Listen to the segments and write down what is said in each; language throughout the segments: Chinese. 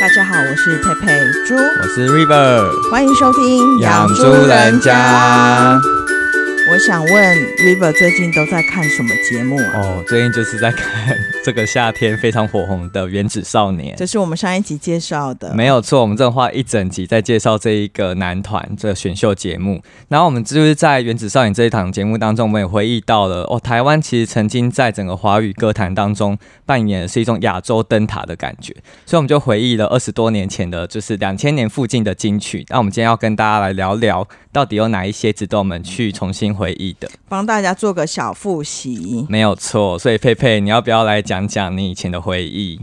大家好，我是佩佩猪，我是 River，欢迎收听养猪人家。我想问 River 最近都在看什么节目啊？哦，最近就是在看这个夏天非常火红的《原子少年这》，是我们上一集介绍的，没有错，我们正花一整集在介绍这一个男团这个选秀节目。然后我们就是在《原子少年》这一档节目当中，我们也回忆到了哦，台湾其实曾经在整个华语歌坛当中扮演的是一种亚洲灯塔的感觉，所以我们就回忆了二十多年前的，就是两千年附近的金曲。那我们今天要跟大家来聊聊，到底有哪一些值得我们去重新回忆的？帮大家做个小复习。没有错，所以佩佩，你要不要来讲讲你以前的回忆？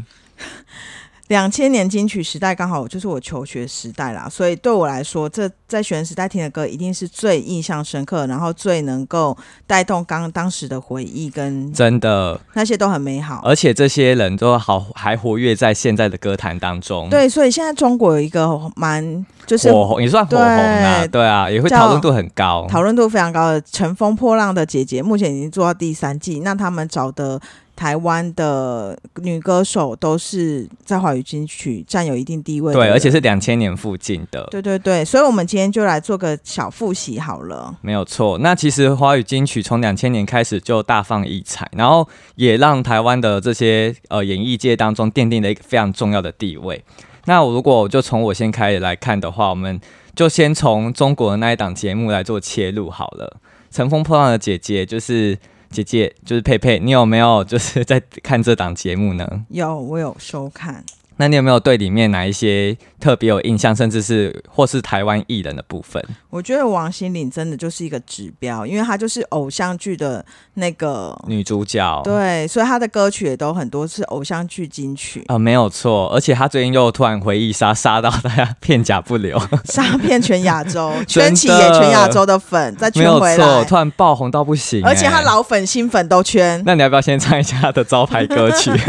两千年金曲时代刚好就是我求学时代啦，所以对我来说，这在学生时代听的歌一定是最印象深刻，然后最能够带动刚当时的回忆，跟真的，那些都很美好。而且这些人都好还活跃在现在的歌坛当中，，对，所以现在中国有一个蛮就是火红也算火红啦、对对啊，也会叫讨论度很高。讨论度非常高的《乘风破浪的姐姐》，目前已经做到第三季。那他们找的台湾的女歌手都是在华语金曲占有一定地位的对，人而且是两千年附近的，对对对，所以我们今天就来做个小复习好了。没有错。那其实华语金曲从两千年开始就大放异彩，然后也让台湾的这些呃演艺界当中奠定了一个非常重要的地位。那我如果我就从我先开始来看的话，我们就先从中国的那一档节目来做切入好了。乘风破浪的姐姐就是姐姐，就是佩佩，你有没有就是在看这档节目呢？有，我有收看。 那你有没有对里面哪一些特别有印象，甚至是或是台湾艺人的部分？我觉得王心凌真的就是一个指标，因为她就是偶像剧的那 个，女主角对，所以她的歌曲也都很多是偶像剧金 曲，啊、没有错，而且他最近又突然回忆杀，杀到大家 片甲不留，啊杀遍全亚洲，圈真的起也全亚洲的粉，再没圈有回错，来突。然爆红到不行、而且他哎。老粉新粉都圈。 那你要不要先唱一下他的招牌歌曲？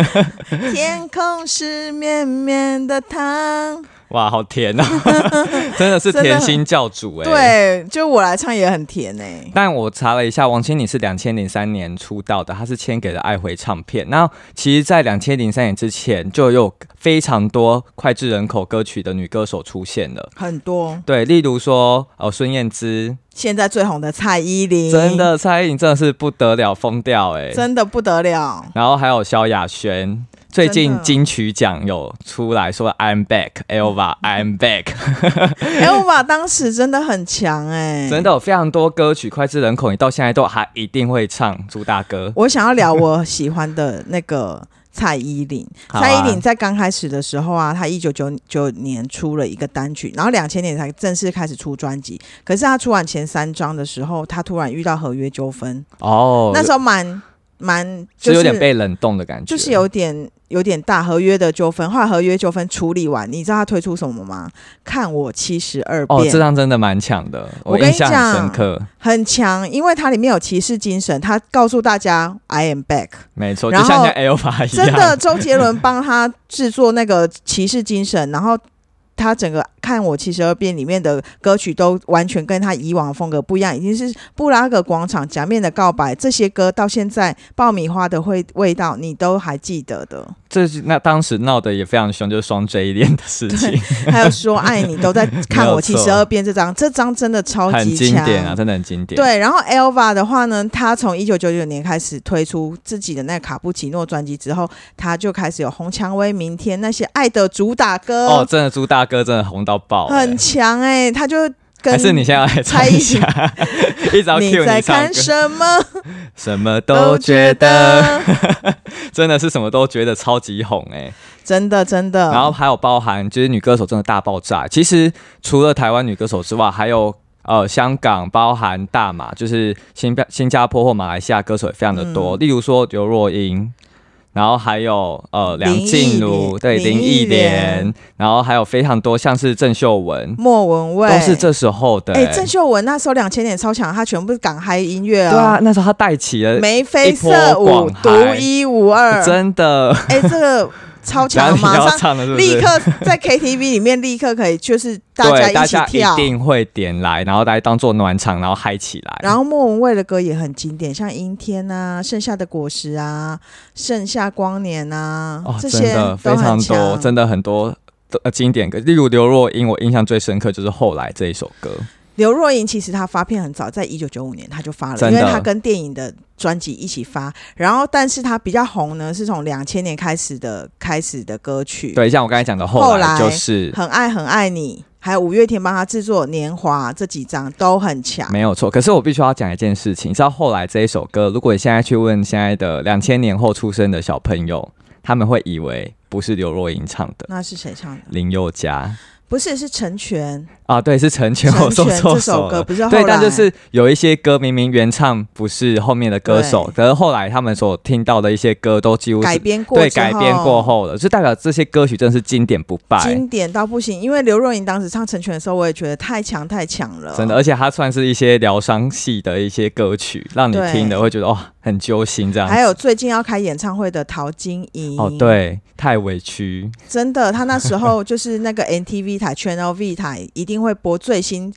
天空是绵绵的糖，哇，好甜哦， 真的是真的甜心教主哎、。对，就我来唱也很甜哎、但我查了一下，王心凌是两千零三年出道的，她是签给了爱回唱片。那其实，在两千零三年之前，就有非常多脍炙人口歌曲的女歌手出现了。很多。对，例如说，呃，孙燕姿，现在最红的蔡依林，真的，蔡依林真的是不得了，疯掉哎、真的不得 了。然后还有萧亚轩，最真近的金曲奖有出来说 I'm back，Elva I'm back，哎，我把当时真的很强哎、真。的有非常多歌曲脍炙人口，你到现在都还一定会唱朱大哥。我想要聊我喜欢的那个蔡依林。好啊蔡依林在刚开始的时候啊，她一九九九年出了一个单曲，然后两千年才正式开始出专辑。可是她出完前三张的时候，她突然遇到合约纠纷，哦，那时候蛮蛮就就是有点被冷冻的感觉，就是有点有点大合约的纠纷，后来合约纠纷处理完，你知道他推出什么吗？看我七十二哦，变，这张真的蛮强的，我我跟你印象很深讲刻。很强，因为它里面有骑士精神，他告诉大家 I am back，没错，就然后像像 Elva 一真的，样，周杰伦帮他制作那个骑士精神，然后。他整个看我七十二变里面的歌曲都完全跟他以往的风格不一样，已经是布拉格广场、假面的告白这些歌，到现在爆米花的味味道你都还记得的。这是那当时闹得也非常凶，就是双 J 恋的事情， 还有说爱你都在看我没七有错十二变这张，这张真的超很级经强。典啊，真的很经典。对，然后 Elva 的话呢，她从一九九九年开始推出自己的那个卡布奇诺专辑之后，她就开始有《红蔷薇》《明天》那些爱的主打歌，哦，真的朱大哥真的红到爆、欸，很强哎、她就跟还是你现在来蔡猜依一林下， 一直要 cue 在唱看歌，什 么什么都都觉觉得，得，真的是什么都觉得超级红哎、真的真 的。然后还有包含就是女歌手真的大爆炸，其实除了台湾女歌手之外，还有。呃，香港包含大马，就是新加新加坡或马来西亚歌手也非常的嗯多，例如说刘若英，然后还有呃梁林忆静莲茹，对林林忆忆莲莲，然后还有非常多像是郑秀文，莫文蔚都是这时候的、哎、欸郑秀文那时候两千年超强，她全部是港嗨音乐哦对啊，那时候她带起了眉飞色一波舞广，独嗨一无二。真的， 哎、这个超然 强，后你马要上唱的是不是？立刻在 KTV 里面立刻可以，就是大对，家大一起家一跳。定会点来，然后大家当做暖场，然后嗨起来。然后莫文蔚的歌也很经典，像《阴天》啊，《盛夏的果实》啊，《盛夏光年》啊，哦，这真些的都非很常强多，真的很多。呃经典歌，例如刘若英，我印象最深刻就是后来这一首歌。刘若英其实她发片很早，在一九九五年她就发了，真因的为她跟电影的专辑一起发。然后，但是她比较红呢，是从两千年开始的开始的歌曲，，对，像我刚才讲的后后来来就是很爱很爱你，还有五月天帮她制作《年华》这几张都很强。没有错。可是我必须要讲一件事情，知道后来这一首歌，如果你现在去问现在的两千年后出生的小朋友，他们会以为不是刘若英唱的，那是谁唱的？林宥嘉不是，是陈泉。啊，对，是陈陈全，我说全错这手首歌了。不是后来，对，但就是有一些歌明明原唱不是后面的歌手，可是后来他们所听到的一些歌都几乎改是编过对之改编过后了，就代表这些歌曲真是经典不败。经典到不行。因为刘若英当时唱陈泉的时候，我也觉得太强太强了，真的，而且它算是一些疗伤系的一些歌曲，让你对听的会觉得哇、很揪心这样子。还有最近要开演唱会的陶晶莹，哦，，对，太委屈，真的，他那时候就是那个 NTV 台、Channel V 台一定会播最新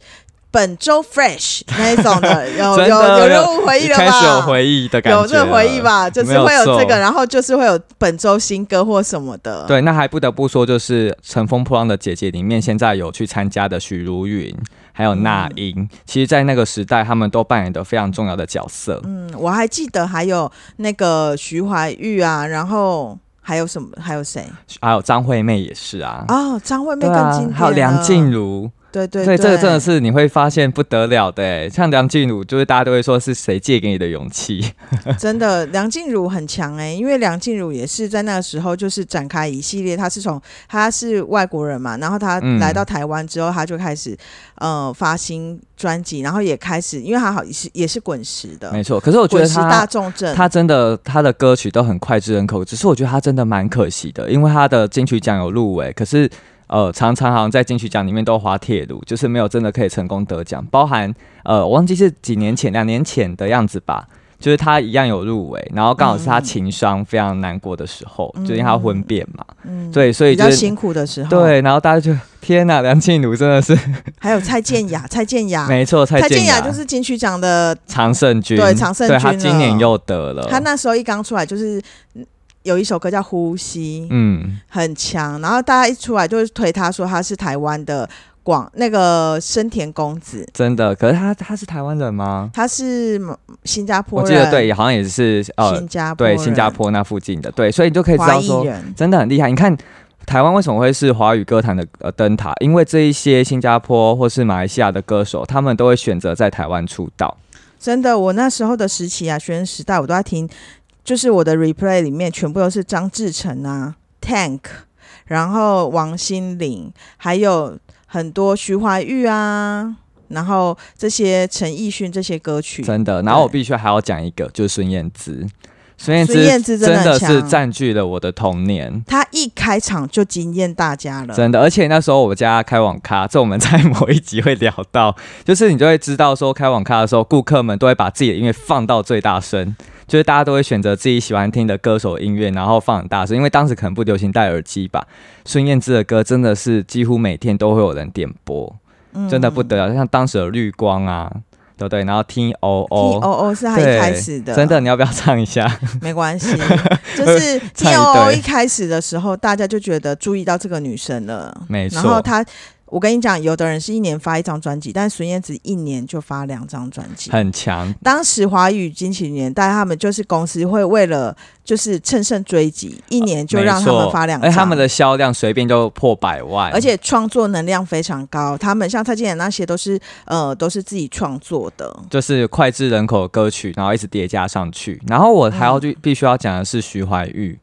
本周 Fresh 那一种 的，有有真的有有任务回忆了吧？开始有回忆的感觉，有这个回忆？吧，就是会有这个，然后就是会有本周新歌或什么的。，对，那还不得不说，就是《乘风破浪的姐姐》里面现在有去参加的许茹芸，还有那英，其实，在那个时代，他们都扮演的非常重要的角色。嗯，我还记得还有那个徐怀钰啊，然后还有什么？还有谁？还有张惠妹也是啊，哦，张惠妹对更经啊典、，还有梁静，茹，对对所以对，这个真的是你会发现不得了的欸，像梁静茹，就是大家都会说是谁借给你的勇气，真的，梁静茹很强哎、因为梁静茹也是在那个时候就是展开一系列，她是从她是外国人嘛，然后她嗯来到台湾之后，她就开始呃发新专辑，然后也开始，因为她好也是也是滚石的，没错。可是我觉嗯滚得石她大重症，他真的他的歌曲都很脍炙人口，只是我觉得他真的蛮可惜的，因为他的金曲奖有入围，可是呃常常好像在金曲奖里面都滑铁卢，就是没有真的可以成功得奖。包含呃我忘记是几年前两年前的样子吧，就是他一样有入围，然后刚好是他情商非常难过的时候，嗯就因为他婚变嘛，嗯，对，所以比较就是辛。苦的时候，，对，然后大家就天呐，梁静茹真的是、还有蔡健雅，蔡健雅， 没错，蔡蔡健雅雅就是金曲奖的，常胜军，对常胜对她军今年了又得了，她那时候一刚出来就是嗯有一首歌叫《呼吸》，嗯，很强，然后大家一出来就是推他说他是台湾的广那个生田公子，真的，可是他他是台湾人吗？他是嗯新加坡我人，记得对，好像也是呃新，加坡对人新加坡那附近的，对，所以你就可以知华道裔说，人，真的很厉害。你看台湾为什么会是华语歌坛的呃灯塔？因为这一些新加坡或是马来西亚的歌手，他们都会选择在台湾出道。真的，我那时候的时期啊，学生时代我都在听，就是我的 replay 里面全部都是张志成啊，Tank，然后王心凌，还有很多徐怀钰啊，然后这些陈奕迅这些歌曲，真的。然后我必须还要讲一个，就是孙燕姿。孙燕孙燕姿姿真的真的很是强占据了我的童年，他一开场就惊艳大家了。真的。而且那时候我家开网咖，这我们在某一集会聊到，就是你就会知道说，开网咖的时候，顾客们都会把自己的音乐放到最大声，就是大家都会选择自己喜欢听的歌手音乐，然后放很大声，因为当时可能不流行戴耳机吧。孙燕姿的歌真的是几乎每天都会有人点播，嗯真的不得了，像当时的绿光啊，对不对？然后听哦哦哦。哦，是他一对开始的，真的，你要不要唱一下？ 没关系，就是差一 T O O 堆一开始的时候，大家就觉得注意到这个女生了，没然后错，她，我跟你讲，有的人是一年发一张专辑，但孙燕姿一年就发两张专辑。很强，当时华语金曲年代，他们就是公司会为了就是乘胜追击，一年就让他没们错发两而张，且他们的销量随便就破百万，而且创作能量非常高。他们像蔡健雅那些都是呃都是自己创作的，就是脍炙人口的歌曲，然后一直叠加上去。然后我还要去必须要讲的是徐怀钰、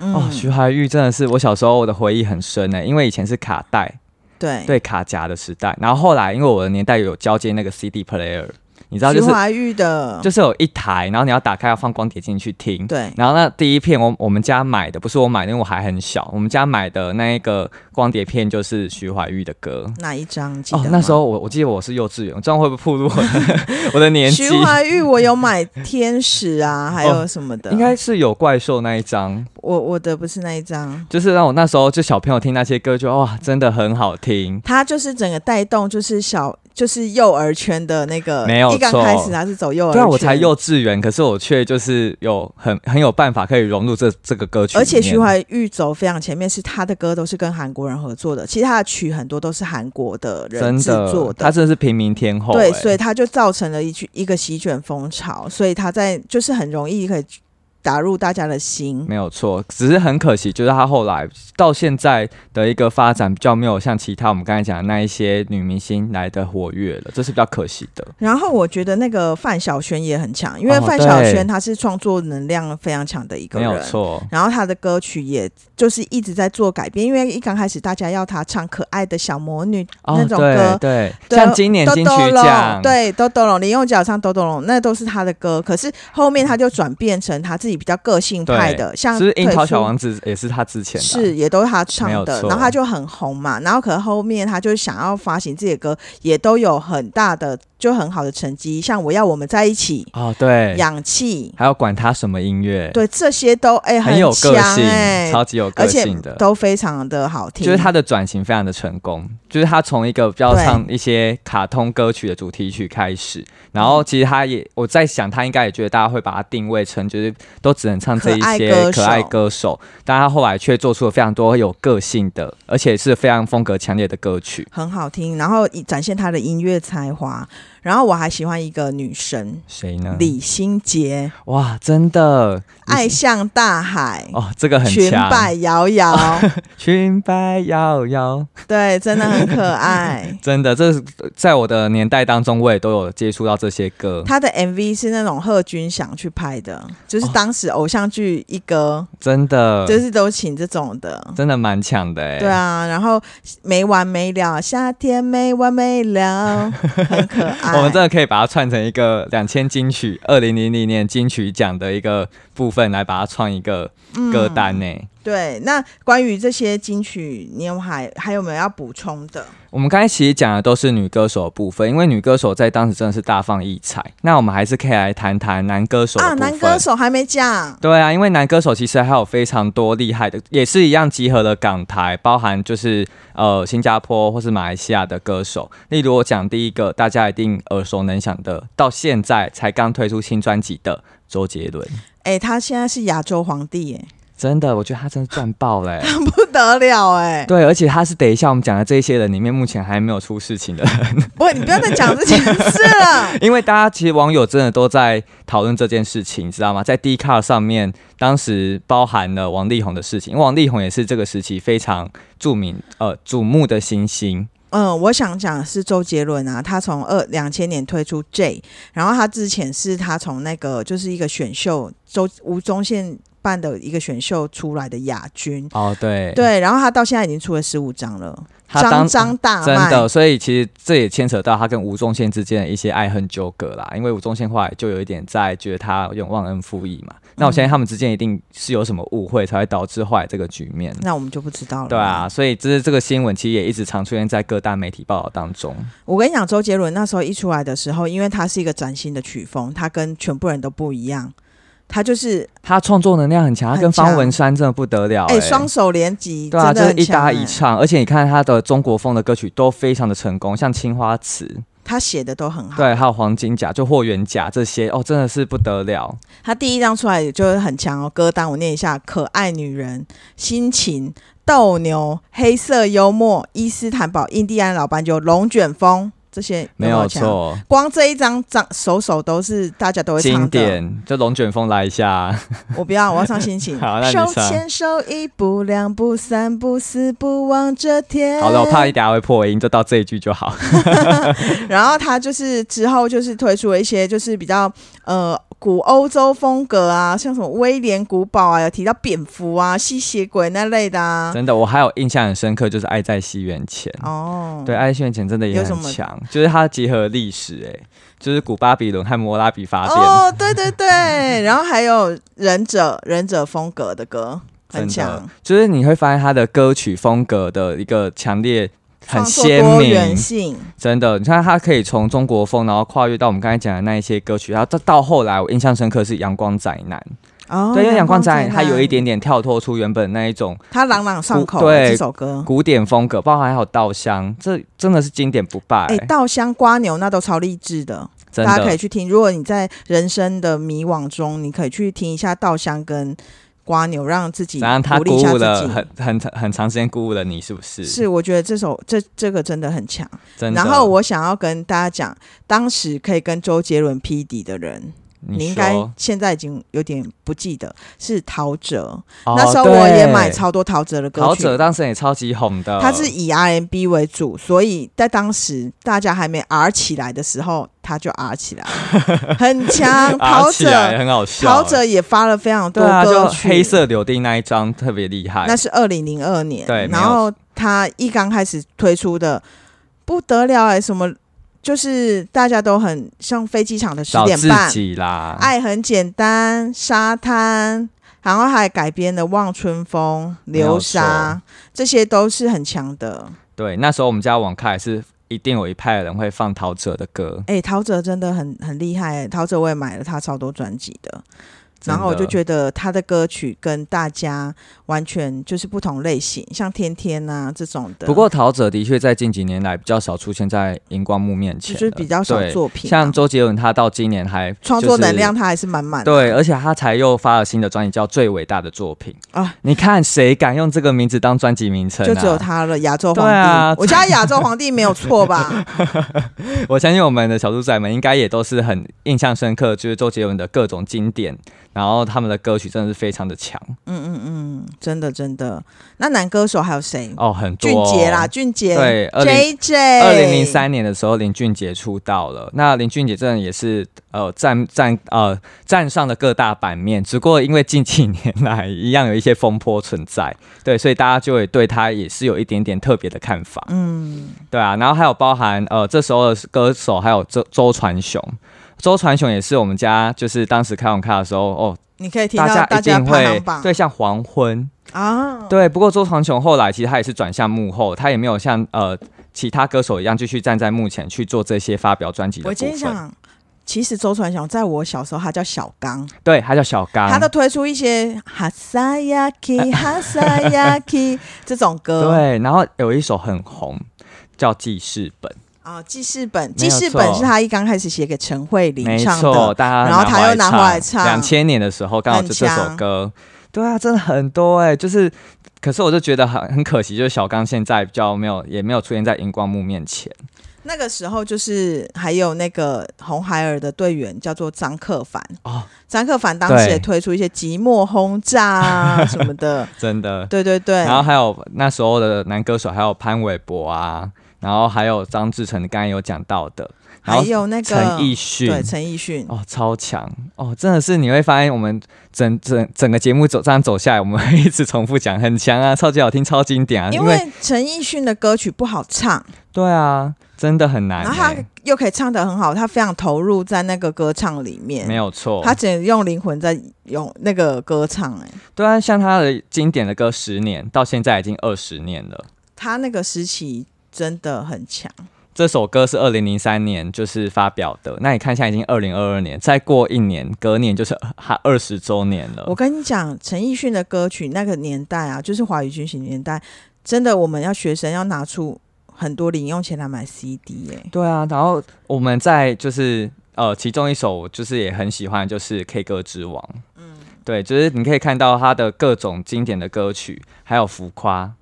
嗯，哦，徐怀钰真的是我小时候的回忆很深欸呢、因为以前是卡带，对，对卡夹的时代，然后后来因为我的年代有交接那个 CD player，你知道就徐是怀钰的，就是有一台，然后你要打开要放光碟进去听。对，然后那第一片我我们家买的不是我买的，因为我还很小，我们家买的那一个光碟片就是徐怀钰的歌。哪一张？记得哦吗、，那时候我我记得我是幼稚园，这样会不会暴露我的 我的年纪哦徐？怀钰，我有买天使啊，还有什么的。应该是有怪兽那一张，我我的不是那一张，就是让我那时候就小朋友听那些歌就哇，真的很好听。它就是整个带动，就是小就是幼儿圈的那个，没有一刚错开始他是走幼儿圈，对啊，我才幼稚园，可是我却就是有很很有办法可以融入这这个歌曲里面，而且徐怀钰走非常前面，是他的歌都是跟韩国人合作的，其实他的曲很多都是韩国的人真制作的，他真的是平民天后、对，哎所以他就造成了一句一个席卷风潮，所以他在就是很容易可以打入大家的心。没有错，只是很可惜，就是她后来到现在的一个发展比较没有像其他我们刚才讲的那一些女明星来的活跃了，这是比较可惜的。然后我觉得那个范晓萱也很强，因为哦范晓对萱她是创作能量非常强的一个没有人，错，然后他的歌曲也就是一直在做改变，因为一刚开始大家要他唱可爱的小魔女、哦那，种对歌，对，对像今年豆金豆曲龙奖，对豆豆龙林宥嘉唱豆豆龙，那都是他的歌。可是后面他就转变成他自己比较个性派的，像是不是《樱退桃出小王子》也是她之前的啊、是也都是他唱没有的，错然后他就很红嘛，然后可能后面他就想要发行自己的歌，也都有很大的就很好的成绩，像我要我们在一起、哦，对，氧气，还要管她什么音乐，，对这些都哎、很有强个性，哎、超级有而个且性的。都非常的好听，就是她的转型非常的成功，就是她从一个比较对唱一些卡通歌曲的主题曲开始，然后其实她也我在想，她应该也觉得大家会把她定位成就是都只能唱这一些可爱可歌手爱歌手，但她后来却做出了非常多有个性的，而且是非常风格强烈的歌曲。很好听，然后以展现她的音乐才华。然后我还喜欢一个女神谁呢？李心洁，哇，真的《爱向大海》哦，这个很裙强，摆摇 摇，裙摆摇摇，。对，真的很可爱 真的，这是在我的年代当中，我也都有接触到这些歌，她的 MV 是那种贺军翔去拍的，哦就是当时偶像剧一哥，真的，就是都请这种的。真的蛮强的哎、对啊，然后没完没了，夏天没完没了，很可爱。 我们真的可以把它串成一个两千金曲，二零零零年金曲奖的一个部分来把它串一个嗯歌单呢、欸对，那关于这些金曲，你有还还有没有要补充的？我们刚才其实讲的都是女歌手的部分，因为女歌手在当时真的是大放异彩。那我们还是可以来谈谈男歌手的啊，部分。男歌手还没讲，对啊，因为男歌手其实还有非常多厉害的，也是一样集合了港台，包含就是呃新加坡或是马来西亚的歌手。例如我讲第一个，大家一定耳熟能详的，到现在才刚推出新专辑的周杰伦。哎、他现在是亚洲皇帝、耶， 真的，我觉得他真的赚爆了欸、不得了、 哎，对，而且他是等一下我们讲的这些人里面，目前还没有出事情的，。不，你不要再讲这件事了因为大家其实网友真的都在讨论这件事情，你知道吗？在 d c a r 上面，当时包含了王力宏的事情，因为王力宏也是这个时期非常著名、呃瞩目的新星。嗯，我想讲的是周杰伦啊，他从二两千年推出 J，然后他之前是他从那个就是一个选秀周吴宗宪办的一个选秀出来的亚军，哦，对，对，然后他到现在已经出了十五张了，他张当张大真卖，的，所以其实这也牵扯到他跟吴宗宪之间的一些爱恨纠葛啦。因为吴宗宪后来就有一点在觉得他有点忘恩负义嘛。那我相信他们之间一定是有什么误会，才会导致后来这个局面。那我们就不知道了。对啊，，所以这是这个新闻，其实也一直常出现在各大媒体报道当中。我跟你讲，周杰伦那时候一出来的时候，因为他是一个崭新的曲风，他跟全部人都不一样。他就是他创作能量很强，他跟很强方文山真的不得了、哎，欸，双、手连击，对啊，真就的是很一强搭哎一唱，而且你看他的中国风的歌曲都非常的成功，像《青花瓷》他写的都很好。对，还有《黄金甲》就《霍元甲》这些，哦，真的是不得了。他第一张出来就是很强哦，歌单我念一下：可爱女人、心情、斗牛、黑色幽默、伊斯坦堡、印第安老斑鸠、龙卷风这些没有有强。错，光这一张张首首都是大家都会唱经的，典就龙卷风来一下，。我不要，我要唱心情好那你手唱牵手，一步两步三步四步望着天。好了，我怕你等下会破音，就到这一句就好。然后他就是之后就是推出了一些就是比较呃古欧洲风格啊，像什么威廉古堡啊，有提到蝙蝠啊、吸血鬼那类的啊。真的，我还有印象很深刻，就是《爱在西元前》哦，对，《啊爱在西元前》真的也有什很么强，就是它结合历史、欸，就是古巴比伦和摩拉比法典，哦，对对对， 然后还有忍者忍者风格的歌很真的强，，就是你会发现他的歌曲风格的一个强烈。很创作鲜多明元，性。真的。你看，他可以从中国风，然后跨越到我们刚才讲的那一些歌曲，然后到到后来，我印象深刻是《阳光宅男》哦，对，因为《阳光展展览》它有一，点点跳脱出原本那一种它朗朗上口，啊对这首歌。古典风格，包含还有稻香，这真的是经典不败、哎，稻香、瓜牛那都超励志的，真大家可以的。去听。如果你在人生的迷惘中，你可以去听一下稻香跟瓜牛，让自己然后他鼓励鼓一下舞自了己很。很很长时间鼓舞了你，是不是？是，我觉得这首这这个真的很强。真的。然后我想要跟大家讲，当时可以跟周杰伦匹敌的人，你你应该说现在已经有点不记得，是陶喆。哦那时候我也买对超多陶喆的歌陶曲，喆当时也超级红的，他是以 RMB 为主，所以在当时大家还没 R 起来的时候，他就 R 起来了， 很强。陶爬啊起来喆，很好笑，陶喆也发了非常多对啊，就歌曲，黑色柳丁那一张特别厉害，那是二零零二年，对没然有后他一刚开始推出的不得了哎、什么就是大家都很像飞机场的十找点自半，哎己啦，爱很简单，沙滩，然后还改编的《望春风》《没有流沙》错，这些都是很强的。对，那时候我们家网咖也是一定有一派的人会放陶喆的歌，哎、陶喆真的很很厉害、欸，陶喆我也买了他超多专辑的。真的然后我就觉得他的歌曲跟大家完全就是不同类型，像《天天》啊这种的，不过陶喆的确在近几年来比较少出现在荧光幕面前就是了，比较少对作品啊、像周杰伦，他到今年还创就作是能量他还是满满的。对，而且他才又发了新的专辑，叫《最伟大的作品》啊啊！你看谁敢用这个名字当专辑名称、啊？就只有他了，亚洲皇帝。对啊我家亚洲皇帝没有错 吧？我相信我们的小猪仔们应该也都是很印象深刻，就是周杰伦的各种经典，然后他们的歌曲真的是非常的强真的真的。那男歌手还有谁？哦，很多、俊哦。杰啦，哎俊杰。对，二零 J J。二零零。三年的时候，林俊杰出道了。那林俊杰真的也是呃站站呃站上了各大版面，只不过因为近几年来一样有一些风波存在，对，所以大家就会对他也是有一点点特别的看法。嗯，对啊，然后还有包含呃这时候的歌手还有周周传雄。周传雄也是我们家，就是当时开网咖的时候，哦，你可以听大到家大一家定排会行榜对像黄昏，啊，对，不过周传雄后来其实他也是转向幕后，他也没有像呃其他歌手一样继续站在幕前去做这些发表专辑的我部今天分。想。其实周传雄在我小时候，他叫小刚，对，他叫小刚，他都推出一些哈萨亚 基、哈萨亚基这种歌。对，然后有一首很红叫《记事本啊，记事本，没记有事本错是他一刚开始写给陈慧》，琳没唱错，的，大家然后他又拿回来唱两千年的时候刚好就这首很歌。对啊，真的很多哎、就是，可是我就觉得很很可惜，就是小刚现在比较没有，也没有出现在荧光幕面前。那个时候就是还有那个红孩儿的队员叫做张克凡哦张克凡当时对也推出一些寂寞轰炸啊什么的，真 的，对对对哦然，后还有那时候的男歌手，还有潘玮柏啊，然后还有张志成，刚才有讲到的，然还后有那个陈奕迅，对陈奕迅，哦，超强哦，真的是你会发现，我们整整整个节目走这样走下来，我们会一直重复讲，很强啊， 超级好听，超经典啊，因因为陈奕迅的歌曲不好唱，对啊，真的很难然后他欸、又可以唱得很好，他非常投入在那个歌唱里没面。有错，他只能用灵魂在用那个歌唱、哎，对啊，像他的经典的歌《十年》，到现在已经二十年了。他那个时期真的很强。这首歌是二零零三年就是发表的，那你看现在已经二零二二年，再过一年，隔年就是他二十周年了我。跟你讲，陈奕迅的歌曲那个年代啊，就是华语军行年代，真的我们要学生要拿出很多零用钱来买 CD 哎、对啊，然后我们在就是呃，其中一首就是也很喜欢，就是《K 歌之王》。嗯，对，就是你可以看到他的各种经典的歌曲，还有浮夸。嗯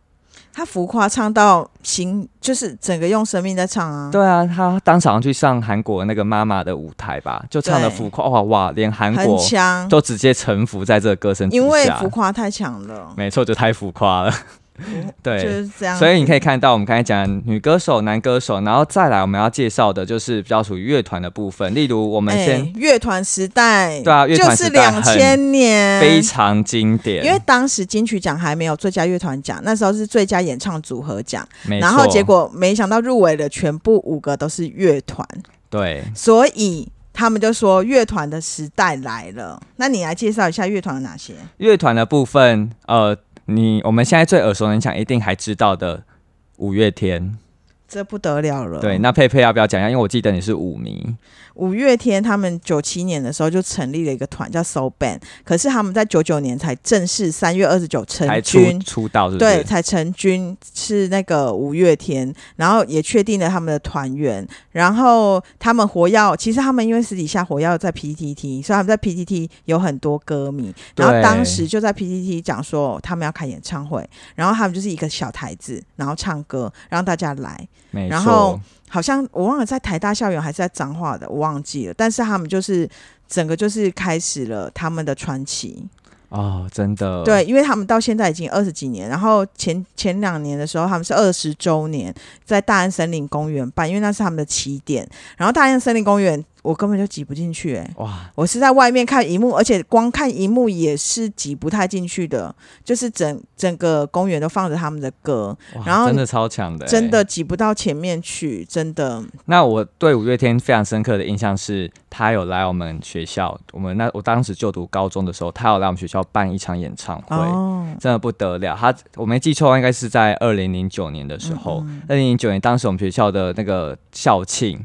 他浮夸唱到行，就是整个用生命在唱啊，对啊，他当场去上韩国那个妈妈的舞台吧，就唱的对浮夸，哇哇，连韩很国强，都直接臣服在这个歌声之下。因为浮夸太强了，没错，就太浮夸了。就对，是这样。所以你可以看到，我们刚才讲的女歌手、男歌手，然后再来我们要介绍的就是比较属于乐团的部分，例如我们哎先，乐团时代，对啊乐就团是时代两很千年，非常经典，因为当时金曲奖还没有最佳乐团奖，那时候是最佳演唱组合奖，没错然后结果没想到入围的全部五个都是乐团，对所以他们就说乐团的时代来了。那你来介绍一下乐团有哪些？乐团的部分，呃，你我们现在最耳熟能详，一定还知道的五月天，这不得了了。对，那佩佩要不要讲一下？因为我记得你是舞迷，五月天他们九七年的时候就成立了一个团叫 Soul Band，可是他们在九九年才正式三月二十九成才出军。出道是不对，是？才成军是那个五月天，然后也确定了他们的团员，然后他们活跃，其实他们因为私底下活跃在 PTT，所以他们在 PTT 有很多歌迷，然后对当时就在 PTT 讲说他们要开演唱会，然后他们就是一个小台子，然后唱歌让大家来，没然后错，好像我忘了在台大校园还是在彰化的，我忘记了，但是他们就是。整个就是开始了他们的传奇，哦，真的，对，因为他们到现在已经二十几年，然后前前两年的时候，他们是二十周年，在大安森林公园办，因为那是他们的起点。然后大安森林公园，我根本就挤不进去、欸，哇，我是在外面看荧幕，而且光看荧幕也是挤不太进去的，就是整整个公园都放着他们的歌，哇然后真的超强的、欸真。的挤不到前面去，真的。那我对五月天非常深刻的印象是，他有来我们学校，我们那我当时就读高中的时候，他有来我们学校办一场演唱会。哦，真的不得了，他我没记错，应该是在二零零九年的时嗯候。二零零九年，当时我们学校的那个校庆，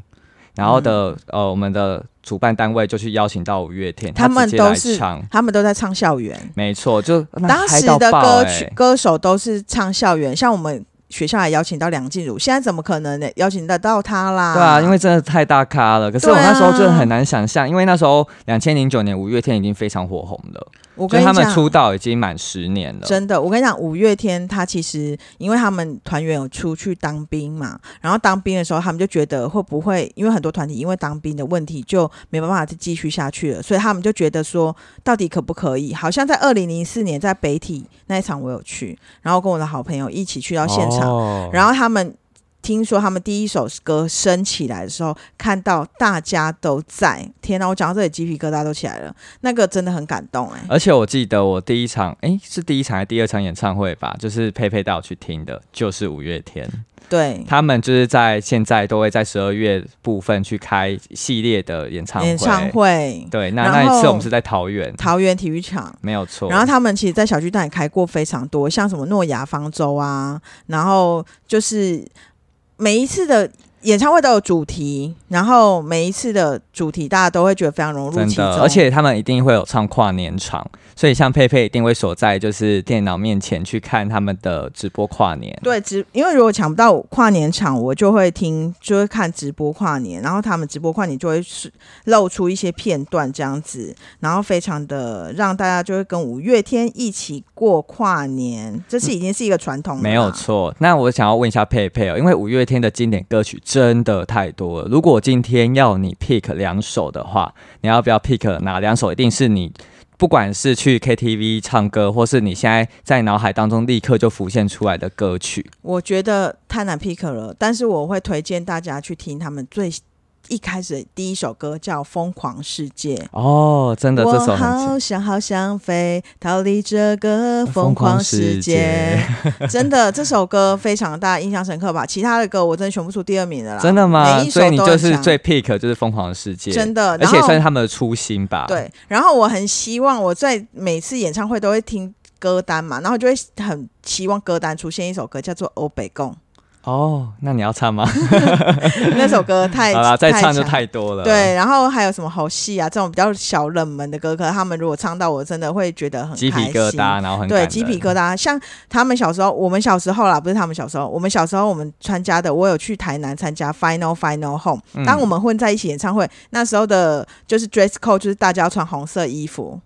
然后嗯的、呃，我们的主办单位就去邀请到五月天，他们直接来都是唱，他们都在唱校园，没错，就那当时嗨到的爆歌欸曲、歌手都是唱校园，像我们学校还邀请到梁静茹，现在怎么可能呢？呃邀请得到她啦？对啊，因为真的太大咖了。可是对我啊那时候真的很难想象，因为那时候两千零九年五月天已经非常火红了，我就跟你是他讲，们出道已经满十年了。真的，我跟你讲，五月天他其实因为他们团员有出去当兵嘛，然后当兵的时候，他们就觉得会不会因为很多团体因为当兵的问题就没办法再继续下去了，所以他们就觉得说，到底可不可以？好像在二零零四年在北体那一场我有去，然后跟我的好朋友一起去到现场，哦然后他们。听说他们第一首歌升起来的时候，看到大家都在，天哪！我讲到这里鸡皮疙瘩都起来了，那个真的很感动哎、而且我记得我第一场，诶，是第一场还是第二场演唱会吧？就是佩佩带我去听的，就是五月天。对，他们就是在现在都会在十二月部分去开系列的演唱会。演唱会，对，那然那一次后我们是在桃园，桃园体育场。没有错。然后他们其实，在小巨蛋也开过非常多，像什么诺亚方舟啊，然后就是每一次的演唱会都有主题，然后每一次的主题大家都会觉得非常融入真其中，的，而且他们一定会有唱跨年场，所以像佩佩一定会守在就是电脑面前去看他们的直播跨年。对直，因为如果抢不到跨年场，我就会听，就会看直播跨年，然后他们直播跨年就会是露出一些片段这样子，然后非常的让大家就会跟五月天一起过跨年，这是已经是一个传统了啦，嗯没有错。那我想要问一下佩佩哦，因为五月天的经典歌曲真的太多了。如果今天要你 pick 两首的话，你要不要 pick 哪两首？一定是你不管是去 KTV 唱歌，或是你现在在脑海当中立刻就浮现出来的歌曲。我觉得太难 pick 了，但是我会推荐大家去听他们最一开始的第一首歌叫《疯狂世界》。哦，真的这首我很。好想好想飞，逃离这个疯狂世界。 真的，这首歌非常大家印象深刻吧？其他的歌我真的选不出第二名的啦。真的吗每？一首所以你都就很是强最 pick 就是疯狂的世界，真的，而且然后算是他们的初心吧。，对，然后我很希望我在每次演唱会都会听歌单嘛，然后就会很希望歌单出现一首歌叫做《欧北贡》，哦，那你要唱吗？那首歌太 好啦，再唱就强太多了。对，然后还有什么猴戏啊这种比较小冷门的歌，可是他们如果唱到，我真的会觉得很鸡开皮心疙瘩，然后很对，感鸡皮人疙瘩。像他们小时候，我们小时候啦，不是他们小时候，我们小时候我们参加的，我有去台南参加 Final Final Home，、嗯当我们混在一起演唱会，那时候的就是 dress code 就是大家要穿红色衣服，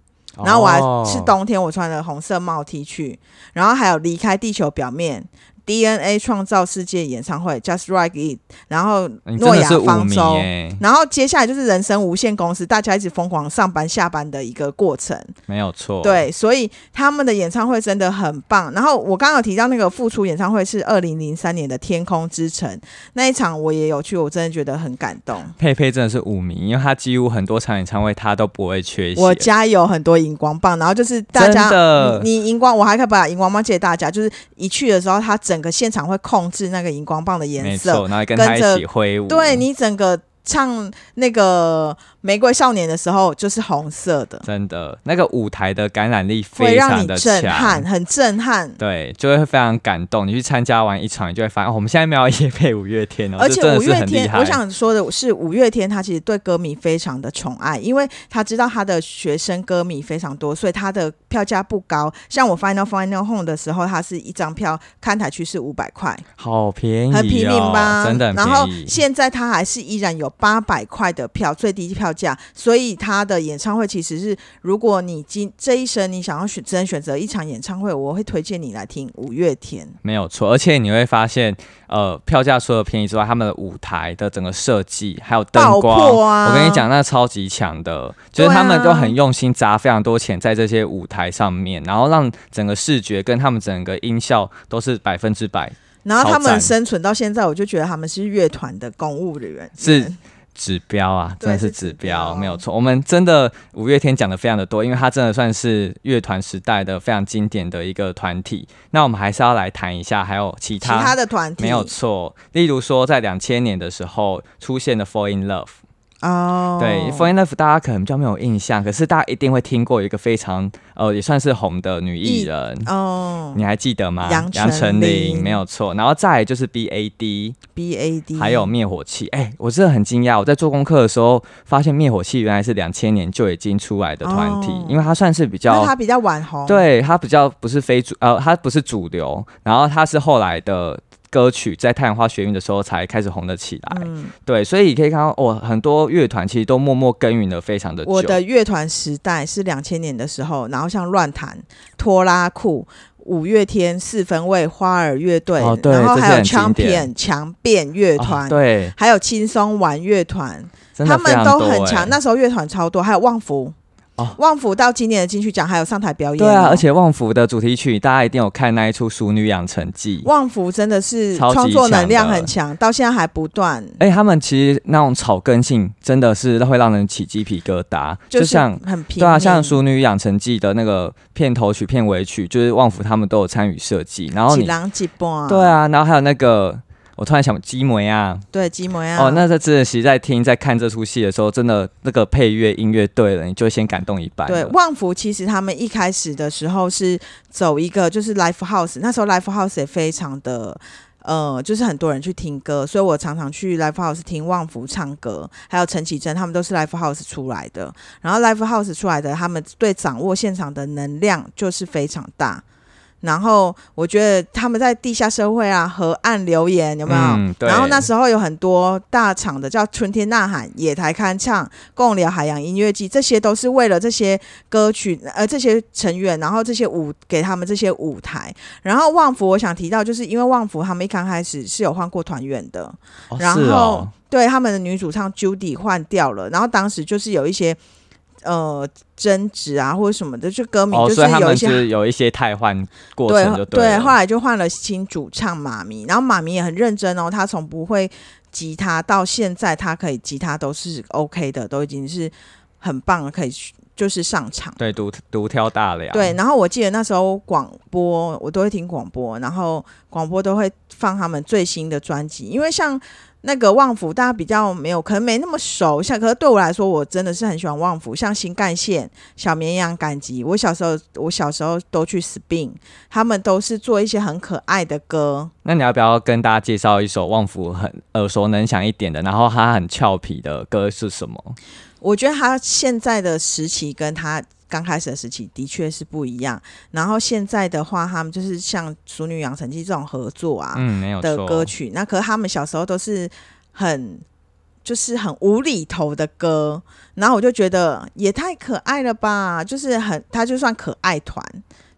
然后我还是懂。冬天，我穿了红色帽 T 去，然后还有离开地球表面。DNA 创造世界演唱会，Just Like It，然后你诺真的亚是舞方迷舟，耶，然后接下来就是人生无限公司，大家一直疯狂上班下班的一个过程。没有错。，对，所以他们的演唱会真的很棒。然后我刚刚有提到那个复出演唱会是二零零三年的《天空之城》那一场，我也有去，我真的觉得很感动。佩佩真的是舞迷，因为她几乎很多场演唱会她都不会缺席。我家有很多荧光棒，然后就是大家真的你你荧光，我还可以把荧光棒借大家。就是一去的时候，他整个现场会控制那个荧光棒的没颜色，错，然后跟跟她一着起挥舞。对你整个唱那个玫瑰少年》的时候就是红色的，真的，那个舞台的感染力会非让常你的震撼，强。很震撼。对，就会非常感动。你去参加完一场，你就会发现，哦、我们现在没有夜配五月天哦，而这且真的五是月很厉天，害。我想说的是，五月天他其实对歌迷非常的宠爱，因为他知道他的学生歌迷非常多，所以他的票价不高。像我 Final Final Home 的时候，它是一张票看台区是五百块，好便宜、哦，很平民吧？真的很然后便宜。现在他还是依然有八百块的票，最低票价，所以他的演唱会其实是，如果你今这一生你想要选，只能选择一场演唱会，我会推荐你来听五月天。没有错，而且你会发现，呃，票价除了便宜之外，他们的舞台的整个设计还有灯爆光，破啊我跟你讲，那超级强的，就对啊是他们都很用心砸非常多钱在这些舞台上面，然后让整个视觉跟他们整个音效都是百分之百然后他超们赞生存到现在，我就觉得他们是乐团的公务人员。是指标啊，对真的是是指指标标，没有错。我们真的五月天讲的非常的多，因为他真的算是乐团时代的非常经典的一个团体。那我们还是要来谈一下，还有其他的团体没有错，例如说在两千年的时候出现的《Fall in Love》，哦，对，《Fall in Love》大家可能比较没有印象，可是大家一定会听过一个非常呃也算是红的女艺艺人，哦你还记得吗？杨杨丞琳嗯丞琳没有错，然后再来就是 B A D， ，B A D，还有灭火器。哎、我真的很惊讶，我在做功课的时候发现灭火器原来是两千年就已经出来的团体，哦因为它算是比因较为他比较晚红，，对，它比较不是非主，呃，它不是主流，然后它是后来的歌曲在太阳花学运的时候才开始红了起来。嗯，对，所以你可以看到，哦，很多乐团其实都默默耕耘的非常的久。我的乐团时代是两千年的时候，然后像乱弹、拖拉库、五月天、四分卫、花儿乐队，哦对然后还有这些强很经典片、强变乐团，啊对，还有轻松玩乐团，真的他们非常都多很哎强。那时候乐团超多，还有旺福。哦旺福到今年的金曲奖还有上台表演哦、对啊，而且《旺福》的主题曲，大家一定有看那一出《熟女养成记》。旺福真的是超级创作能量强的很强，到现在还不断，哎、他们其实那种草根性真的是会让人起鸡皮疙瘩，是像很平民。对啊，像《熟女养成记》的那个片头曲、片尾曲，就是旺福他们都有参与设计。然后几你狼几波，对，啊，然后还有那个，我突然想鸡梅啊，对鸡模呀，哦，那这真的其实在听在看这出戏的时候，真的那个配乐音乐对了，你就会先感动一半了。对，旺福其实他们一开始的时候是走一个就是 live house，那时候 live house 也非常的。呃，就是很多人去听歌，所以我常常去 live house 听旺福唱歌，还有陈绮贞，他们都是 live house 出来的。然后 live house 出来的，他们对掌握现场的能量就是非常大。然后我觉得他们在地下社会啊、河岸留言有没有？嗯对然后那时候有很多大厂的，叫春天呐喊、野台铿锵、共聊海洋音乐季，这些都是为了这些歌曲呃这些成员，然后这些舞给他们这些舞台。然后旺福，我想提到，就是因为旺福他们一刚开始是有换过团员的，哦然后、是哦，对他们的女主唱 Judy 换掉了，然后当时就是有一些呃争执啊或者什么的，就歌迷哦，就是所以他有们一些、是有一些汰换过程就对了。后来就换了新主唱妈咪，然后妈咪也很认真哦，她从不会吉他到现在，她可以吉他都是 OK 的，都已经是很棒了，可以去就是上场。对独独挑大梁。对，然后我记得那时候广播，我都会听广播，然后广播都会放他们最新的专辑，因为像那个旺福，大家比较没有，可能没那么熟，像可是对我来说，我真的是很喜欢旺福，像新干线、小绵羊赶集，我小时候我小时候都去 spin，他们都是做一些很可爱的歌，那你要不要跟大家介绍一首旺福很耳熟能详一点的，然后它很俏皮的歌是什么？我觉得他现在的时期跟他刚开始的时期的确是不一样，然后现在的话，他们就是像《熟女养成记》这种合作啊，嗯，没有的错，歌曲。那可是他们小时候都是很就是很无厘头的歌，然后我就觉得也太可爱了吧，就是很他就算可爱团，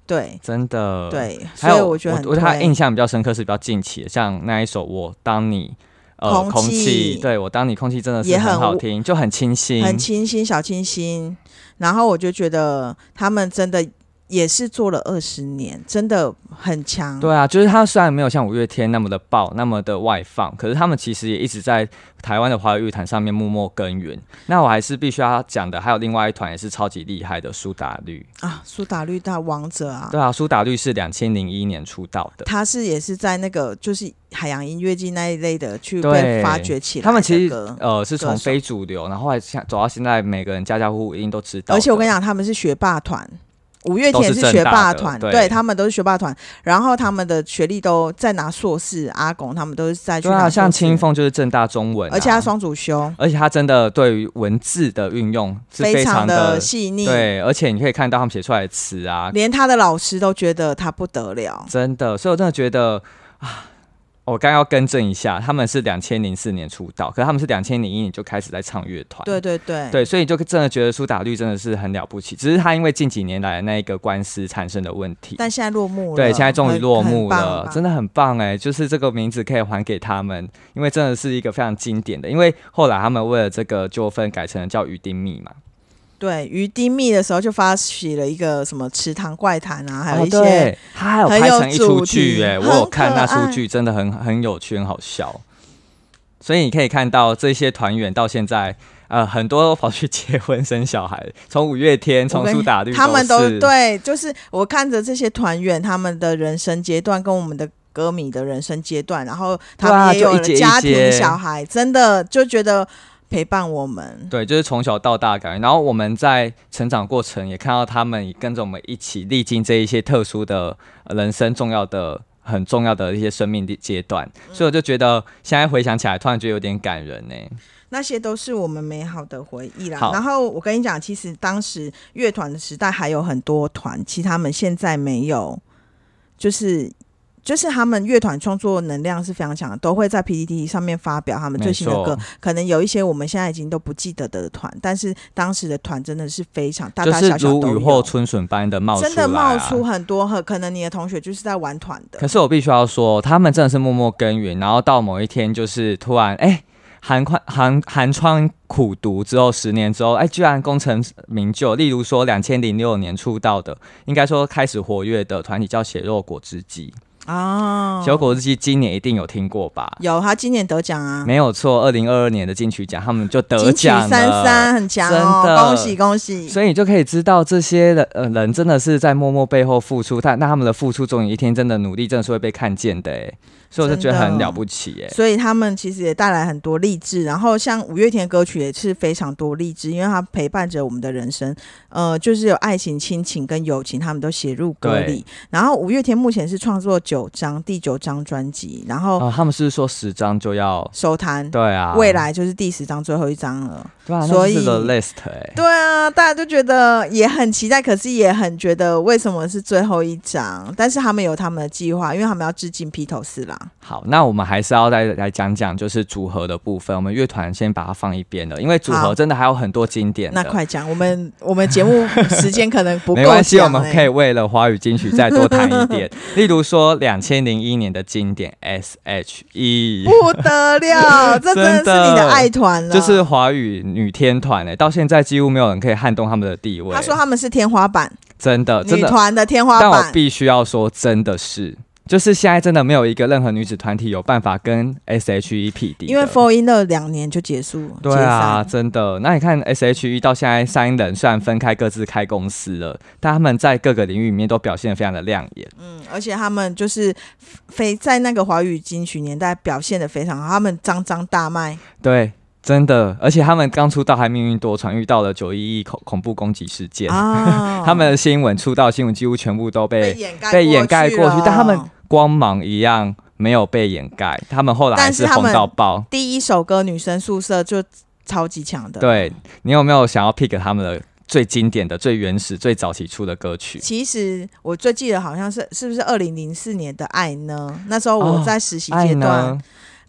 对、真的。，对，所呃还以有我觉得很我对他推印象比较深刻是比较近期的，像那一首《我当你》。呃，空空气对我当你空气真的是也很好听，就很清新，很清新小清新，然后我就觉得他们真的也是做了二十年，真的很强。对啊，就是他虽然没有像五月天那么的爆，那么的外放，可是他们其实也一直在台湾的华语乐坛上面默默耕耘。那我还是必须要讲的，还有另外一团也是超级厉害的苏打绿。啊，苏打绿大王者啊，对啊，苏打绿是两千零一年出道的，他是也是在那个就是海洋音乐季那一类的去对被发掘起来的歌。他们其实呃是歌从手非主流，然后后来现走到现在，每个人家家户户一定都知道的。而且我跟你讲，他们是学霸团。五月天都也是学霸正大团，的对他们都是学霸团，然后他们的学历都在拿硕士，阿拱他们都是在去对拿啊，硕士像清，风就是正大中文啊、而且他双主修，而且他真的对于文字的运用是非常的细腻，对，而且你可以看到他们写出来的词啊，连他的老师都觉得他不得了。真的，所以我真的觉得啊，我刚要更正一下，他们是两千零四年出道，可是他们是两千零一年就开始在唱乐团，对对对，对，所以就真的觉得苏打绿真的是很了不起，只是他因为近几年来的那一个官司产生的问题，但现在落幕了，对，现在终于落幕了，真的的很棒哎、就是这个名字可以还给他们，因为真的是一个非常经典的，因为后来他们为了这个纠纷改成了叫雨丁蜜嘛，对。于丁密的时候就发起了一个什么池塘怪谈啊，还有哦一些、对，他还有很拍有成一主出剧题哎，我很有看可那出爱剧，真的很很有趣，很好笑。所以你可以看到这些团员到现在，呃，很多都跑去结婚生小孩，从五月天，我从跟苏打绿，他们都是。对，就是我看着这些团员他们的人生阶段跟我们的歌迷的人生阶段，然后他对啊们也有就一了节一家庭、节小孩，真的就觉得陪伴我们。对，就是从小到大的感觉，然后我们在成长过程也看到他们也跟着我们一起历经这一些特殊的呃人生重要的、很重要的一些生命的阶段，所以我就觉得现在回想起来，突然觉得有点感人呢、欸那些都是我们美好的回忆啦好。然后我跟你讲，其实当时乐团的时代还有很多团，其实他们现在没有，就是就是他们乐团创作能量是非常强的，都会在 PPT 上面发表他们最新的没错歌。可能有一些我们现在已经都不记得的团，但是当时的团真的是非常大就大是小小如都雨有，后春笋般的冒出来、啊，真的冒出很多。很可能你的同学就是在玩团的可，是我必须要说，他们真的是默默耕耘，然后到某一天就是突然哎。寒宽寒寒窗苦读之后，十年之后，哎，居然功成名就。例如说，两千零六年出道的，应该说开始活跃的团体叫血肉果汁机。哦血肉果汁机今年一定有听过吧？有他今年得奖啊。没有错，二零二二年的金曲奖，他们就得金曲奖了。三三很强真哦，的恭喜恭喜！所以你就可以知道这些人呃人真的是在默默背后付出，但那他们的付出总有一天真的努力真的是会被看见的哎，所以我就觉得很了不起哎。所以他们其实也带来很多励志，然后像五月天的歌曲也是非常多励志，因为它陪伴着我们的人生，呃，就是有爱情、亲情跟友情，他们都写入歌里。然后五月天目前是创作九张，第九张专辑，然后啊、他们是不是说十张就要收摊，对啊，哦未来就是第十张最后一张了。对啊，所以那就是 The List 哎、对啊，大家都觉得也很期待，可是也很觉得为什么是最后一张？但是他们有他们的计划，因为他们要致敬披头士啦。好，那我们还是要再来讲讲就是组合的部分，我们乐团先把它放一边了，因为组合好真的还有很多经典那的。快讲，我们我们节目时间可能不够、 没讲关系，我们欸可以为了华语金曲再多谈 一点，例如说两千零一年的经典 S.H.E。不得 了，这真的是你的爱团了。就是华语女天团哎、到现在几乎没有人可以撼动他们的地位。他说他们是天花板，真的呃真女的，团的天花但我板。必须要说，真的是，就是现在真的没有一个任何女子团体有办法跟 S.H.E 匹敌的，因为 Four In 的两年就结束，对啊，真的。那你看 S.H.E 到现在三人虽然分开各自开公司了，但他们在各个领域里面都表现得非常的亮眼。解散，嗯而且他们就是非在那个华语金曲年代表现的非常好，他们张张大卖，对，真的，而且他们刚出道还命运多舛，遇到了九一一恐恐怖攻击事件，啊 他们的新闻出道新闻几乎全部都被掩盖被掩盖过过去了但他们。光芒一样没有被掩盖，他们后来还但是他红们到爆。第一首歌《女生宿舍》就超级强的，对你有没有想要 pick 他们的最经典的、最原始、最早期出的歌曲？其实我最记得好像是是不是二零零四年的《爱呢》？那时候我哦在实习爱阶段，嗯呢，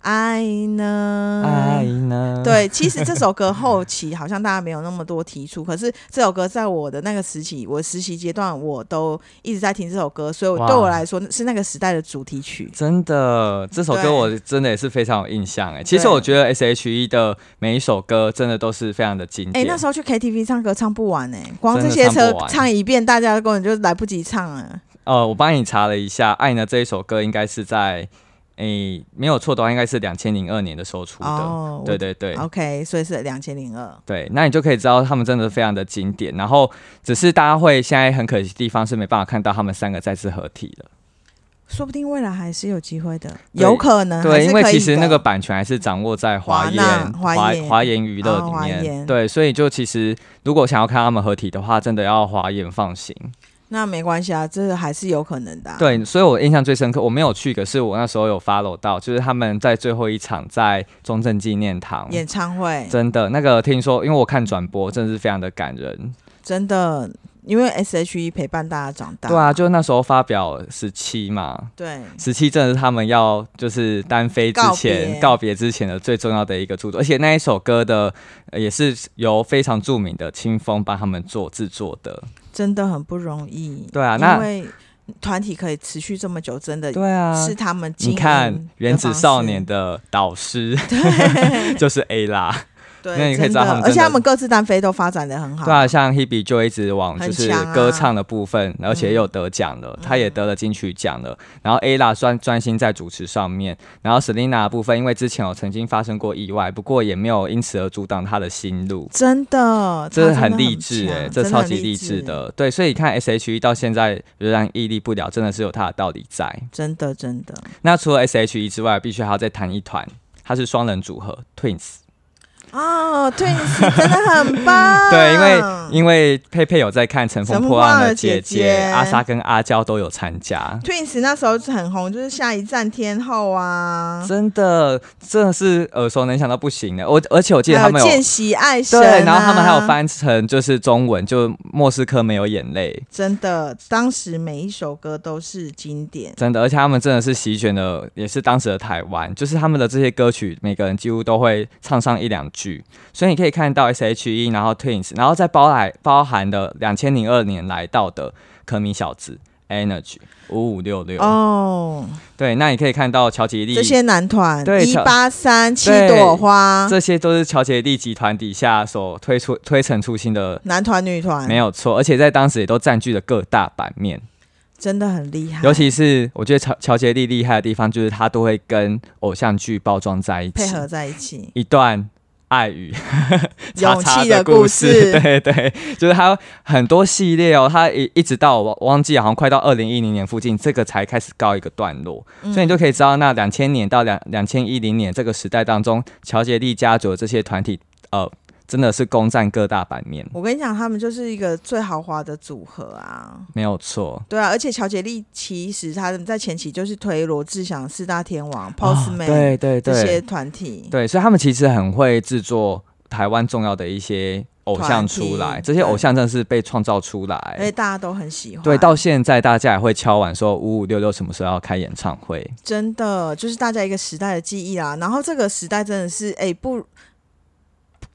爱呢，爱呢？，对，其实这首歌后期好像大家没有那么多提出，可是这首歌在我的那个时期，我实习阶段我都一直在听这首歌，所以我哇对我来说是那个时代的主题曲。真的，这首歌对我真的也是非常有印象哎。其实对我觉得 S.H.E 的每一首歌真的都是非常的经哎、典。那时候去 KTV 唱歌唱不完哎、光这真的些唱不车完唱一遍，大家根本就来不及唱啊。呃，我帮你查了一下，《爱呢》这一首歌应该是在诶、没有错的话，应该是两千零二年的时候出的。哦，对对对， ，OK，所以是两千零二。对，那你就可以知道他们真的非常的经典。然后，只是大家会现在很可惜的地方是没办法看到他们三个再次合体了。说不定未来还是有机会的，对有可能嗯还对，是因为可以其实的那个版权还是掌握在华华纳研、华华研华研娱乐哦里华面。研对，所以就其实如果想要看他们合体的话，真的要华研放行。那没关系啊，这还是有可能的、啊。，对，所以我印象最深刻，我没有去，可是我那时候有 follow 到，就是他们在最后一场在中正纪念堂。演唱会真的，那个听说，因为我看转播，真的是非常的嗯感人。真的，因为 S.H.E 陪伴大家长大。对啊，就那时候发表十七嘛，对，十七正是他们要就是单飞之告前别告别之前的最重要的一个著作，而且那一首歌的、呃也是由非常著名的清风帮他们做制作的。真的很不容易。对啊因那为团体可以持续这么久，真的对啊，是他们经你营看原子少年的的导师 就是 A 啦，方式，那对，你可以真知道的他们而且真他的们各自单飞都发展的很好。对啊，像 Hebe 就一直往很就是强啊嗯歌唱的部分，而且也有得奖了，她也得了金曲奖了。然后 A 啦专专心在主持上面，然后 Selina 的部分，因为之前有曾经发生过意外，不过也没有因此而阻挡她的心路。真的，这啊他真的很很励志哎、强这真超很级励欸励志的，对，所以你看 S H E 到现在仍然屹立不了，真的是有它的道理在。真的真的。那除了 S H E 之外，必须还要再谈一团，它是双人组合 Twins。哦，Twins 真的很棒。 对，因为因为佩佩有在看《乘啊风乘风破破浪浪的的姐姐姐》姐阿莎跟阿娇都有参加。 Twins 那时候是很红，就是下一站天后啊，真的，真的是耳熟能详到不行的。我而且我记得还他有们有见习爱神、对啊，，然后他们还有，翻成就是中文，就莫斯科没有眼泪，真的，当时每一首歌都是经典，真的。而且他们真的是席卷了，也是当时的台湾，就是他们的这些歌曲，每个人几乎都会唱上一两句。所以你可以看到 S.H.E，然后 Twins，然后再包来包含的两千零二年来到的可米小子。Energy 五五六六哦，对，那你可以看到乔杰利，这些男团，对一八三七对朵花，这些都是乔杰利集团底下所推出推陈出新的，男团女团没，有错，而且在当时也都占据了各大版面。真的很厉害，尤其是我觉得乔乔杰利厉害的地方，就是他都会跟偶像剧包装在一配起，合在一起，一段爱与 叉勇叉气的故故事 对对，就是他很多系列哦，他一一直到我忘记，好像快到二零一零年附近，这个才开始告一个段落。嗯所以你就可以知道，那两千年到两两千一零年这个时代当中，乔杰利家族的这些团体，呃，真的是攻占各大版面，我跟你讲，他们就是一个最豪华的组合啊。没有错。对啊，而且乔杰利其实他们在前期就是推罗志祥、四大天王、哦 Postman、对对这些对团体，对，所以他们其实很会制作台湾重要的一些偶像出来，团体这些偶像真的是被创造出而且来。大家都很喜欢。对，到现在大家也会敲碗说五五六六什么时候要开演唱会？真的就是大家一个时代的记忆啦。然后这个时代真的是，哎、不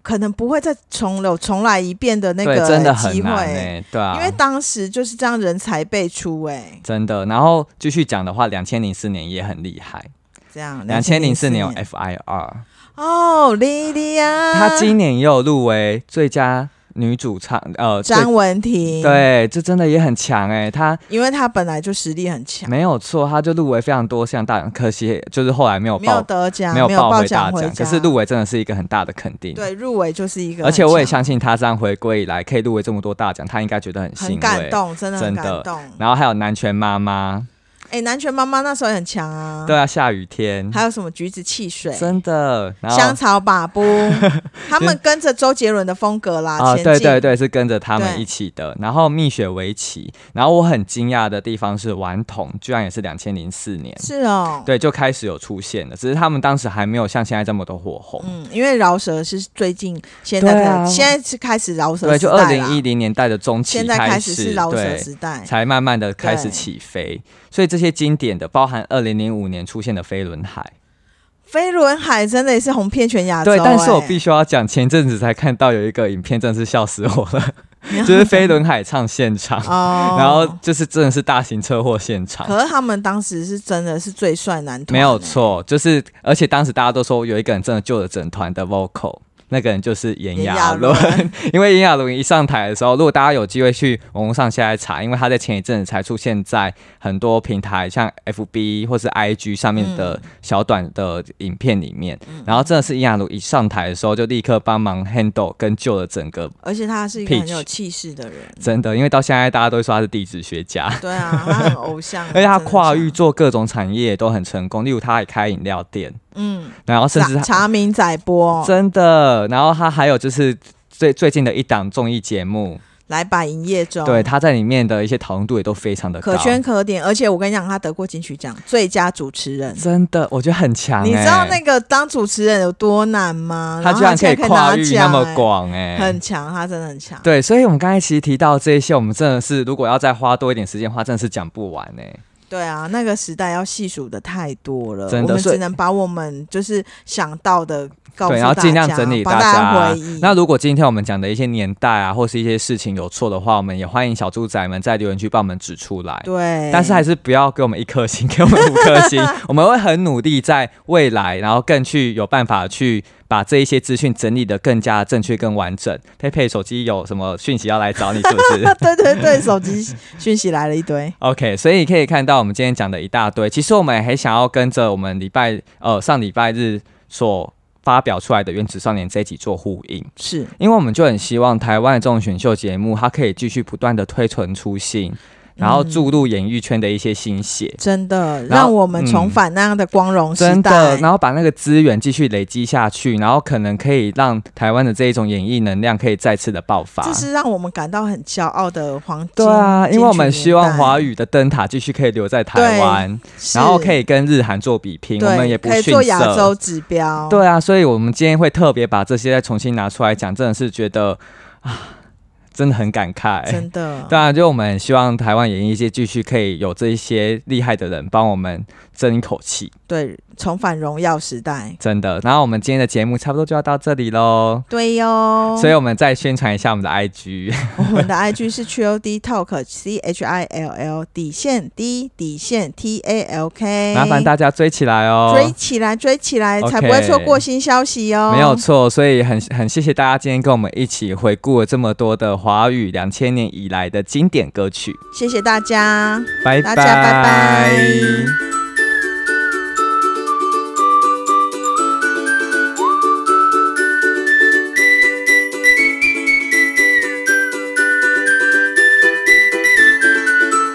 可能不会再重有重来一遍的那个对，真的很机会，难哎、对啊，因为当时就是这样人才辈出、哎，真的。然后继续讲的话，两千零四年也很厉害，这样。两千零四年有2004 FIR，哦，莉莉亚，她今年也有入围最佳女主唱，呃，最张文婷，，对，这真的也很强哎、她因为她本来就实力很强，没有错，她就入围非常多项大奖，可惜就是后来没有没有报，得奖，没没有报报回大奖回奖，家，可是入围真的是一个很大的肯定。对入围就是一个很强，而且我也相信她这样回归以来可以入围这么多大奖，她应该觉得很欣很慰。感动，真的很真的感动。然后还有南拳妈妈，哎、南拳妈妈那时候也很强啊，对，啊，下雨天，还有什么橘子汽水，真的，然后香草把 布，他们跟着周杰伦的风格啦，啊、前对进对对，是跟着他们对一起的。然后蜜雪围棋，然后我很惊讶的地方是，顽童居然也是两千零四年，是哦，对，就开始有出现了。只是他们当时还没有像现在这么的火红，嗯，因为饶舌是最近现在对开始，啊现在是开始饶舌对，时就代二啦零一零年代的中期现在开始始，是饶舌对，时代，才慢慢的开始对起飞。所以这些经典的，包含二零零五年出现的飞轮海，飞轮海真的也是红遍全亚洲、对，但是我哎必须要讲，前阵子才看到有一个影片，真的是笑死我了，就是飞轮海唱现场。哦， 然后就是真的是大型车祸现场，可是他们当时是真的是最帅男团、没有哎错，就是而且当时大家都说有一个人真的救了整团的 vocal，那个人就是炎炎亚亚纶纶。 因为炎亚纶一上台的时候，如果大家有机会去网络上下来查，因为他在前一阵子才出现在很多平台，像 FB 或是 IG 上面的嗯小短的影片里面。然后真的是炎亚纶一上台的时候，就立刻帮忙 handle 跟救了整个，而且他是一个很 Peach 有气势的人，真的，因为到现在大家都会说他是地质学家。对啊，他很偶像， 而且他真的跨域是做各种产业都很成功，例如他还开饮料店，嗯，然后甚至查他查明载波真的，然后他还有就是最最近的一档综艺节目，来百营业中，对，他在里面的一些讨论度也都非常的高，可圈可点。而且我跟你讲，他得过金曲奖最佳主持人。真的我觉得很强、欸，你知道那个当主持人有多难吗？他然后居然可现以在可以跨拿域那奖么欸，广、欸，很强，他真的很强。对，所以我们刚才其实提到这一些，我们真的是如果要再花多一点时间的话，真的是讲不完哎、对啊，那个时代要细数的太多了，真的我们所以只能把我们就是想到的告诉对，大家，然后尽量整理帮大家。回忆。那如果今天我们讲的一些年代啊，或是一些事情有错的话，我们也欢迎小猪仔们在留言区帮我们指出来。对，但是还是不要给我们一颗星，给我们五颗星，我们会很努力在未来，然后更去有办法去把这一些资讯整理的更加正确、更完整。佩佩手机有什么讯息要来找你，是不 是 对对对，手机讯息来了一 堆， ？OK，所以你可以看到我们今天讲的一大堆，其实我们还想要跟着我们礼拜呃上礼拜日所发表出来的《原子少年》这一集做呼应。是因为我们就很希望台湾的这种选秀节目，它可以继续不断的推陈出新，然后注入演艺圈的一些新血。真的然后让嗯我们重返那样的光荣时真的代，。然后把那个资源继续累积下去，然后可能可以让台湾的这一种演艺能量可以再次的爆发。这是让我们感到很骄傲的黄金。对啊，因为我们希望华语，语的灯塔继续可以留在台湾，是然后可以跟日韩做比拼，我对，们也不可以逊做亚洲色。指标。对啊，所以我们今天会特别把这些再重新拿出来讲，真的是觉得啊，真的很感慨。真的，当然，就我们希望台湾演艺界继续可以有这一些厉害的人帮我们争一口气，对，重返荣耀时代。真的。然后我们今天的节目差不多就要到这里喽，对哟，所以我们再宣传一下我们的 IG，我们的 IG 是 chill talk c h i l l 底线 d 底线 t a l k，麻烦大家追起来哦。哎追起来，追起来， OK 才不会错过新消息哦。没有错，所以很很谢谢大家今天跟我们一起回顾了这么多的华语两千年以来的经典歌曲，谢谢大家。拜大家拜拜